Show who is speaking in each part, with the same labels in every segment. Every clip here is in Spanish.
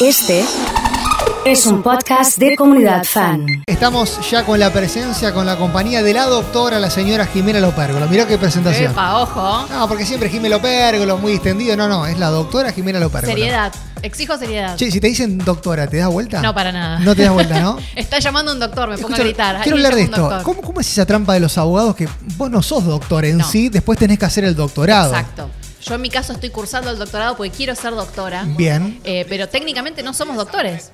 Speaker 1: Este es un podcast de comunidad fan.
Speaker 2: Estamos ya con la presencia, con la compañía de la doctora, la señora Jimena Lopérgolo. Mirá qué presentación.
Speaker 3: Epa, ojo.
Speaker 2: No, porque siempre Jimena Lopérgolo, muy distendido. No, no, es la doctora Jimena Lopérgolo.
Speaker 3: Seriedad. Exijo seriedad.
Speaker 2: Che, si te dicen doctora, ¿te das vuelta?
Speaker 3: No, para nada.
Speaker 2: No te das vuelta, ¿no?
Speaker 3: Está llamando un doctor, me pongo
Speaker 2: Escucha,
Speaker 3: a gritar.
Speaker 2: Quiero
Speaker 3: Ahí
Speaker 2: hablar de
Speaker 3: llama un
Speaker 2: esto.
Speaker 3: doctor.
Speaker 2: ¿Cómo, cómo es esa trampa de los abogados que vos no sos doctor en
Speaker 3: No.
Speaker 2: sí, después tenés que hacer el doctorado?
Speaker 3: Exacto. Yo en mi caso estoy cursando el doctorado porque quiero ser doctora.
Speaker 2: Bien.
Speaker 3: Eh, pero técnicamente no somos doctores.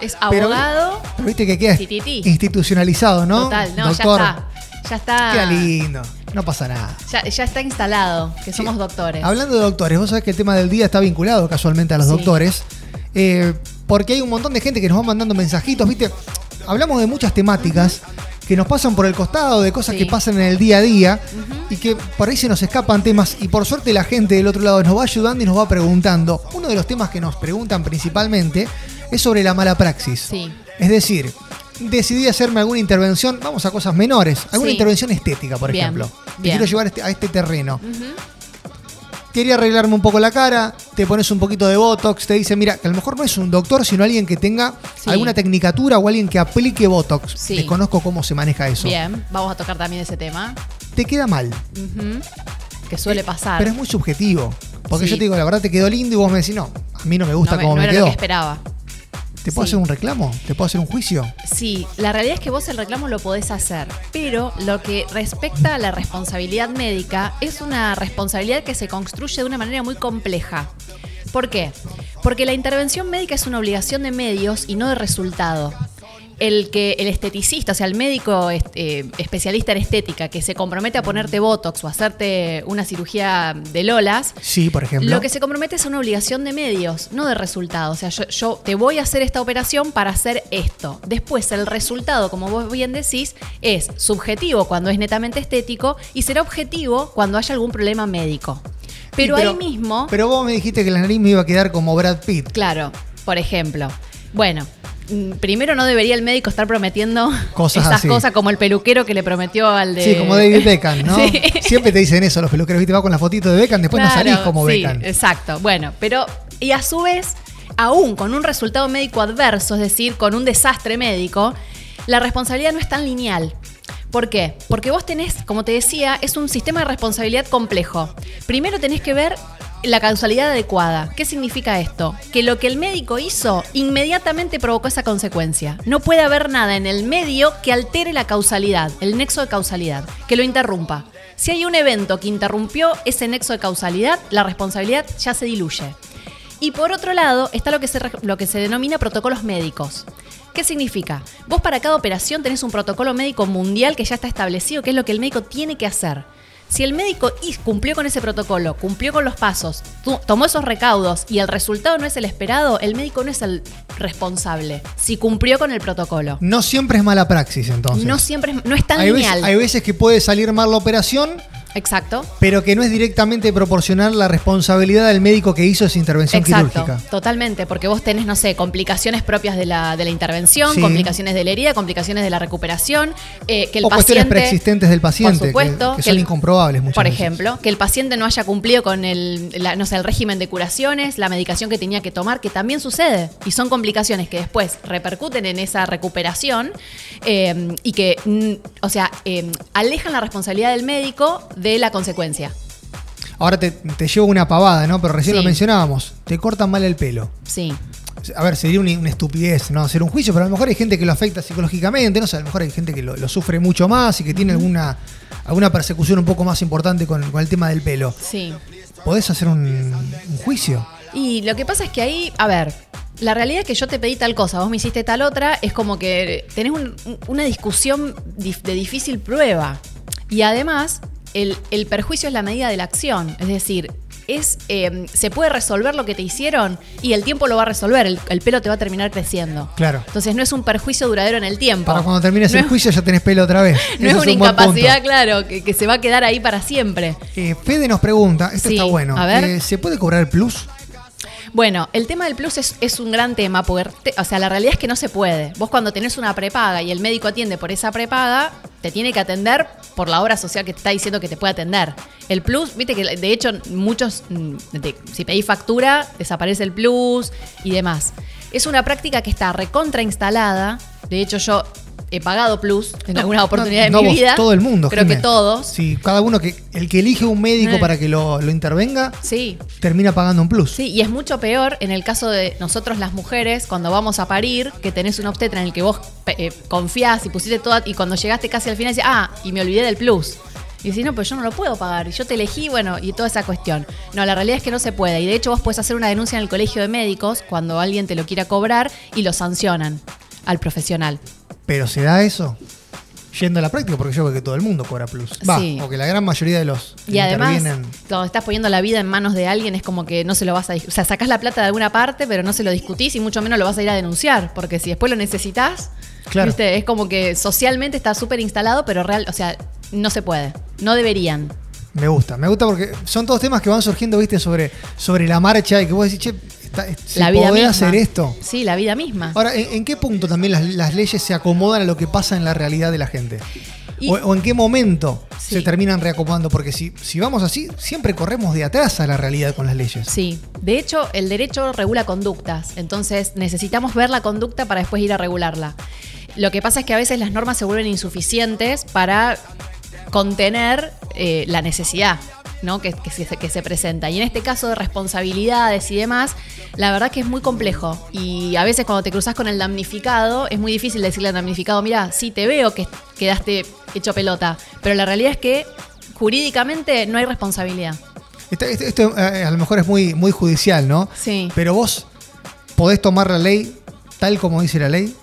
Speaker 3: Es
Speaker 2: Pero-
Speaker 3: abogado.
Speaker 2: Pero viste que queda
Speaker 3: Titití.
Speaker 2: institucionalizado, ¿no?
Speaker 3: Total, no,
Speaker 2: doctor.
Speaker 3: ya está. Ah. Ya está.
Speaker 2: Queda lindo. No pasa nada.
Speaker 3: Ya, ya está instalado que somos doctores.
Speaker 2: Hablando de doctores, vos sabés que el tema del día está vinculado casualmente a los
Speaker 3: Sí.
Speaker 2: doctores, eh, porque hay un montón de gente que nos va mandando mensajitos, ¿viste? Hablamos de muchas temáticas que nos pasan por el costado, de cosas
Speaker 3: Sí.
Speaker 2: que pasan en el día a día y que por ahí se nos escapan temas y por suerte la gente del otro lado nos va ayudando y nos va preguntando. Uno de los temas que nos preguntan principalmente es sobre la mala praxis.
Speaker 3: Sí.
Speaker 2: Es decir, decidí hacerme alguna intervención, vamos a cosas menores, alguna
Speaker 3: Sí.
Speaker 2: intervención estética, por
Speaker 3: Bien,
Speaker 2: ejemplo. Te
Speaker 3: bien.
Speaker 2: quiero llevar a este- a este terreno quería arreglarme un poco la cara, te pones un poquito de Botox, te dice, mira, que a lo mejor no es un doctor, sino alguien que tenga
Speaker 3: Sí.
Speaker 2: alguna tecnicatura o alguien que aplique Botox.
Speaker 3: Sí.
Speaker 2: Desconozco cómo se maneja eso.
Speaker 3: Bien, vamos a tocar también ese tema.
Speaker 2: Te queda mal,
Speaker 3: Ujú. Que suele pasar.
Speaker 2: Eh, pero es muy subjetivo. Porque
Speaker 3: Sí.
Speaker 2: yo te digo, la verdad te quedó lindo y vos me decís, no, a mí no me gusta
Speaker 3: no me-
Speaker 2: cómo
Speaker 3: no
Speaker 2: me
Speaker 3: era
Speaker 2: quedó.
Speaker 3: lo que esperaba.
Speaker 2: ¿Te puedo
Speaker 3: Sí.
Speaker 2: hacer un reclamo? ¿Te puedo hacer un juicio?
Speaker 3: Sí, la realidad es que vos el reclamo lo podés hacer, pero lo que respecta a la responsabilidad médica es una responsabilidad que se construye de una manera muy compleja. ¿Por qué? Porque la intervención médica es una obligación de medios y no de resultado. El que el esteticista, o sea, el médico est- eh, especialista en estética que se compromete a ponerte botox o a hacerte una cirugía de lolas,
Speaker 2: Sí, por ejemplo.
Speaker 3: lo que se compromete es una obligación de medios, no de resultados. O sea, yo, yo te voy a hacer esta operación para hacer esto. Después, el resultado, como vos bien decís, es subjetivo cuando es netamente estético y será objetivo cuando haya algún problema médico. Pero,
Speaker 2: Sí,
Speaker 3: ahí mismo,
Speaker 2: Pero vos me dijiste que la nariz me iba a quedar como Brad Pitt.
Speaker 3: claro, por ejemplo, bueno. mm, Primero no debería el médico estar prometiendo
Speaker 2: Cosas
Speaker 3: esas
Speaker 2: así.
Speaker 3: cosas como el peluquero que le prometió al de
Speaker 2: Sí, como David Beckham, ¿no?
Speaker 3: Sí.
Speaker 2: Siempre te dicen eso los peluqueros, viste, va con la fotito de Beckham, después no
Speaker 3: Claro,
Speaker 2: salís como
Speaker 3: sí,
Speaker 2: Beckham.
Speaker 3: Exacto. Bueno, pero. Y a su vez, aún con un resultado médico adverso, es decir, con un desastre médico, la responsabilidad no es tan lineal. ¿Por qué? Porque vos tenés, como te decía, es un sistema de responsabilidad complejo. Primero tenés que ver la causalidad adecuada. ¿Qué significa esto? Que lo que el médico hizo inmediatamente provocó esa consecuencia. No puede haber nada en el medio que altere la causalidad, el nexo de causalidad, que lo interrumpa. Si hay un evento que interrumpió ese nexo de causalidad, la responsabilidad ya se diluye. Y por otro lado está lo que se, re- lo que se denomina protocolos médicos. ¿Qué significa? Vos para cada operación tenés un protocolo médico mundial que ya está establecido, que es lo que el médico tiene que hacer. Si el médico is- cumplió con ese protocolo, cumplió con los pasos, tu- tomó esos recaudos y el resultado no es el esperado, el médico no es el responsable si cumplió con el protocolo.
Speaker 2: No siempre es mala praxis, entonces.
Speaker 3: no siempre es, no es tan
Speaker 2: hay veces,
Speaker 3: lineal.
Speaker 2: hay veces que puede salir mal la operación,
Speaker 3: Exacto.
Speaker 2: pero que no es directamente proporcional la responsabilidad al médico que hizo esa intervención
Speaker 3: Exacto,
Speaker 2: quirúrgica.
Speaker 3: totalmente, porque vos tenés, no sé, complicaciones propias de la, de la intervención,
Speaker 2: Sí.
Speaker 3: complicaciones de la herida, complicaciones de la recuperación, eh, que el
Speaker 2: o cuestiones
Speaker 3: paciente...
Speaker 2: preexistentes del paciente,
Speaker 3: Por
Speaker 2: que-
Speaker 3: supuesto.
Speaker 2: que, son
Speaker 3: el-
Speaker 2: incomprobables muchas
Speaker 3: Por
Speaker 2: veces.
Speaker 3: ejemplo, que el paciente no haya cumplido con el, la- no sé, el régimen de curaciones, la medicación que tenía que tomar, que también sucede. Y son complicaciones que después repercuten en esa recuperación eh, y que, mm, o sea, eh, alejan la responsabilidad del médico de la consecuencia.
Speaker 2: Ahora te, te llevo una pavada, ¿no? Pero recién
Speaker 3: Sí.
Speaker 2: lo mencionábamos. Te cortan mal el pelo.
Speaker 3: Sí.
Speaker 2: A ver, sería una, una estupidez, ¿no? Hacer un juicio, pero a lo mejor hay gente que lo afecta psicológicamente, no sé, a lo mejor hay gente que lo, lo sufre mucho más y que tiene alguna, alguna persecución un poco más importante con, con el tema del pelo.
Speaker 3: Sí.
Speaker 2: ¿Podés hacer un, un juicio?
Speaker 3: Y lo que pasa es que ahí, a ver, la realidad es que yo te pedí tal cosa, vos me hiciste tal otra, es como que tenés un- una discusión dif- de difícil prueba. Y además, el, el perjuicio es la medida de la acción, es decir, es, eh, se puede resolver lo que te hicieron y el tiempo lo va a resolver, el, el pelo te va a terminar creciendo.
Speaker 2: Claro.
Speaker 3: Entonces no es un perjuicio duradero en el tiempo.
Speaker 2: Para cuando termines
Speaker 3: No
Speaker 2: el
Speaker 3: es-
Speaker 2: juicio ya tenés pelo otra vez.
Speaker 3: No
Speaker 2: Ese
Speaker 3: es una
Speaker 2: un buen punto.
Speaker 3: incapacidad, claro, que, que se va a quedar ahí para siempre.
Speaker 2: Eh, Fede nos pregunta, esto
Speaker 3: Sí,
Speaker 2: está bueno,
Speaker 3: a ver.
Speaker 2: eh, ¿se puede cobrar plus?
Speaker 3: Bueno, el tema del plus es, es un gran tema, porque, te- o sea, la realidad es que no se puede. Vos cuando tenés una prepaga y el médico atiende por esa prepaga, te tiene que atender por la obra social que te está diciendo que te puede atender. El plus, viste que de hecho muchos, mm, de- si pedís factura, desaparece el plus y demás. Es una práctica que está recontra instalada. De hecho, yo he pagado plus en algunas oportunidades
Speaker 2: no,
Speaker 3: de mi
Speaker 2: vos,
Speaker 3: vida.
Speaker 2: Todo el mundo.
Speaker 3: Creo
Speaker 2: Jimé.
Speaker 3: que todos. Sí.
Speaker 2: Sí, cada uno que. El que elige un médico
Speaker 3: Eh.
Speaker 2: para que lo, lo intervenga
Speaker 3: sí.
Speaker 2: termina pagando un plus.
Speaker 3: y es mucho peor en el caso de nosotros las mujeres, cuando vamos a parir, que tenés un obstetra en el que vos pe- eh, confiás y pusiste toda, y cuando llegaste casi al final decís, ah, y me olvidé del plus. Y decís, no, pero yo no lo puedo pagar, y yo te elegí, bueno, y toda esa cuestión. No, la realidad es que no se puede, y de hecho vos puedes hacer una denuncia en el colegio de médicos cuando alguien te lo quiera cobrar y lo sancionan al profesional.
Speaker 2: Pero ¿se da eso? Yendo a la práctica, porque yo veo que todo el mundo cobra plus. Va,
Speaker 3: Sí.
Speaker 2: o que la gran mayoría de los que
Speaker 3: Y además,
Speaker 2: intervienen.
Speaker 3: cuando estás poniendo la vida en manos de alguien, es como que no se lo vas a. dis- O sea, sacás la plata de alguna parte, pero no se lo discutís y mucho menos lo vas a ir a denunciar. Porque si después lo necesitas,
Speaker 2: Claro.
Speaker 3: ¿viste? es como que socialmente está súper instalado, pero real. O sea, no se puede. No deberían.
Speaker 2: Me gusta, me gusta porque son todos temas que van surgiendo, viste, sobre, sobre la marcha y que vos decís, che, está, ¿se
Speaker 3: la vida
Speaker 2: podrá
Speaker 3: misma.
Speaker 2: hacer esto?
Speaker 3: Sí, la vida misma.
Speaker 2: Ahora, ¿en, en qué punto también las, las leyes se acomodan a lo que pasa en la realidad de la gente?
Speaker 3: Y-
Speaker 2: o, o en qué momento
Speaker 3: Sí.
Speaker 2: se terminan reacomodando? Porque si, si vamos así, siempre corremos de atrás a la realidad con las leyes.
Speaker 3: Sí, de hecho el derecho regula conductas, entonces necesitamos ver la conducta para después ir a regularla. Lo que pasa es que a veces las normas se vuelven insuficientes para contener eh, la necesidad. ¿no? Que, que se, que se presenta. Y en este caso de responsabilidades y demás, la verdad que es muy complejo. Y a veces cuando te cruzas con el damnificado, es muy difícil decirle al damnificado, mira, sí te veo que quedaste hecho pelota, pero la realidad es que jurídicamente no hay responsabilidad.
Speaker 2: Esto, esto- esto, eh, a lo mejor es muy, muy judicial, ¿no?
Speaker 3: Sí.
Speaker 2: Pero vos podés tomar la ley tal como dice la ley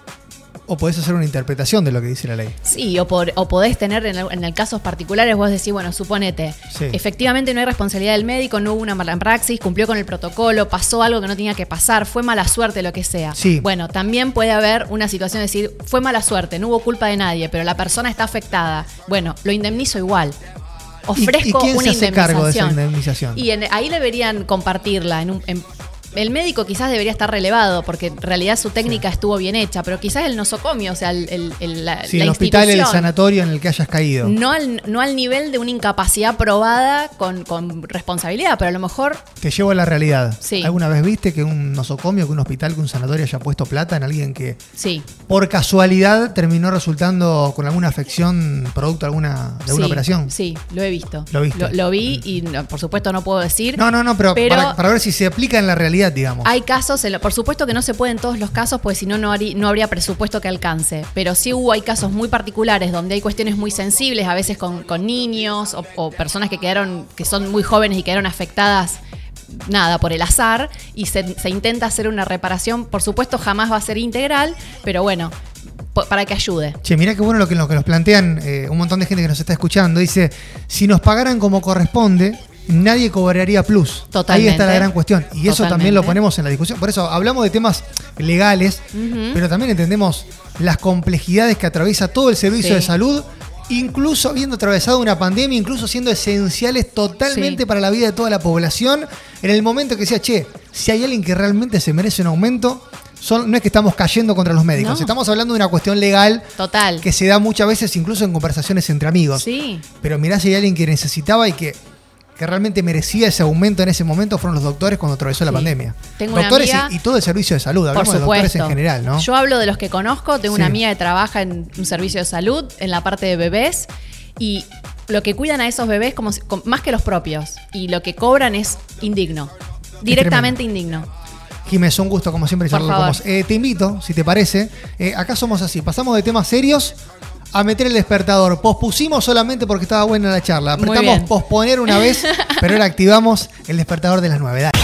Speaker 2: o podés hacer una interpretación de lo que dice la ley.
Speaker 3: Sí, o, por- o podés tener en, el- en el casos particulares, vos decís, bueno, suponete,
Speaker 2: Sí.
Speaker 3: efectivamente no hay responsabilidad del médico, no hubo una mala praxis, cumplió con el protocolo, pasó algo que no tenía que pasar, fue mala suerte, lo que sea.
Speaker 2: Sí.
Speaker 3: Bueno, también puede haber una situación de decir, fue mala suerte, no hubo culpa de nadie, pero la persona está afectada. Bueno, lo indemnizo igual.
Speaker 2: ¿Y-
Speaker 3: Ofrezco
Speaker 2: ¿Y, quién
Speaker 3: una
Speaker 2: se hace cargo de esa
Speaker 3: indemnización.
Speaker 2: indemnización?
Speaker 3: Y en- ahí deberían compartirla. En un- en- el médico quizás debería estar relevado, porque en realidad su técnica estuvo bien hecha, pero quizás el nosocomio, o sea, el, el- el- la,
Speaker 2: Sí,
Speaker 3: la
Speaker 2: el hospital, el
Speaker 3: institución,
Speaker 2: sanatorio en el que hayas caído.
Speaker 3: No al, no al nivel de una incapacidad probada con, con responsabilidad, pero a lo mejor
Speaker 2: Te llevo a la realidad.
Speaker 3: Sí.
Speaker 2: ¿Alguna vez viste que un nosocomio, que un hospital, que un sanatorio haya puesto plata en alguien que
Speaker 3: sí.
Speaker 2: por casualidad terminó resultando con alguna afección producto de alguna, de alguna
Speaker 3: sí,
Speaker 2: operación?
Speaker 3: Sí, lo he visto.
Speaker 2: Lo viste. Mm.
Speaker 3: lo vi y no- por supuesto no puedo decir.
Speaker 2: No, no, no, pero,
Speaker 3: Pero-
Speaker 2: para, para ver si se aplica en la realidad, digamos.
Speaker 3: Hay casos, en lo- por supuesto que no se pueden todos los casos, porque si no, no, harí- no habría presupuesto que alcance. Pero sí hubo, hay casos muy particulares donde hay cuestiones muy sensibles, a veces con, con niños o, o personas que quedaron, que son muy jóvenes y quedaron afectadas. Nada, por el azar, y se, se intenta hacer una reparación. Por supuesto, jamás va a ser integral, pero bueno, po- para que ayude.
Speaker 2: Che, mirá qué bueno lo que, lo que nos plantean eh, un montón de gente que nos está escuchando. Dice, si nos pagaran como corresponde, nadie cobraría plus.
Speaker 3: Totalmente.
Speaker 2: Ahí está la gran cuestión. Y eso
Speaker 3: Totalmente.
Speaker 2: también lo ponemos en la discusión. Por eso hablamos de temas legales,
Speaker 3: Ujú.
Speaker 2: pero también entendemos las complejidades que atraviesa todo el servicio
Speaker 3: Sí.
Speaker 2: de salud, incluso habiendo atravesado una pandemia, incluso siendo esenciales totalmente
Speaker 3: Sí.
Speaker 2: para la vida de toda la población. En el momento que sea, che, si hay alguien que realmente se merece un aumento, son, no es que estamos cayendo contra los médicos,
Speaker 3: No.
Speaker 2: estamos hablando de una cuestión legal
Speaker 3: Total.
Speaker 2: que se da muchas veces incluso en conversaciones entre amigos.
Speaker 3: Sí.
Speaker 2: Pero mirá si hay alguien que necesitaba y que, que realmente merecía ese aumento en ese momento fueron los doctores cuando atravesó la
Speaker 3: Sí.
Speaker 2: pandemia.
Speaker 3: Tengo una
Speaker 2: doctores y-
Speaker 3: amiga-
Speaker 2: y, todo el servicio de salud, hablamos de doctores en general, ¿no?
Speaker 3: Yo hablo de los que conozco, tengo
Speaker 2: Sí.
Speaker 3: una amiga que trabaja en un servicio de salud, en la parte de bebés, y lo que cuidan a esos bebés como, si- com- más que los propios, y lo que cobran es indigno, directamente indigno.
Speaker 2: Jiménez, un gusto como siempre
Speaker 3: Por
Speaker 2: charlar con
Speaker 3: favor.
Speaker 2: vos. Eh, te invito, si te parece, eh, acá somos así, pasamos de temas serios a meter el despertador. Pospusimos solamente porque estaba buena la charla.
Speaker 3: Muy
Speaker 2: Apretamos
Speaker 3: bien.
Speaker 2: posponer una vez, pero ahora activamos el despertador de las nueve. Dale.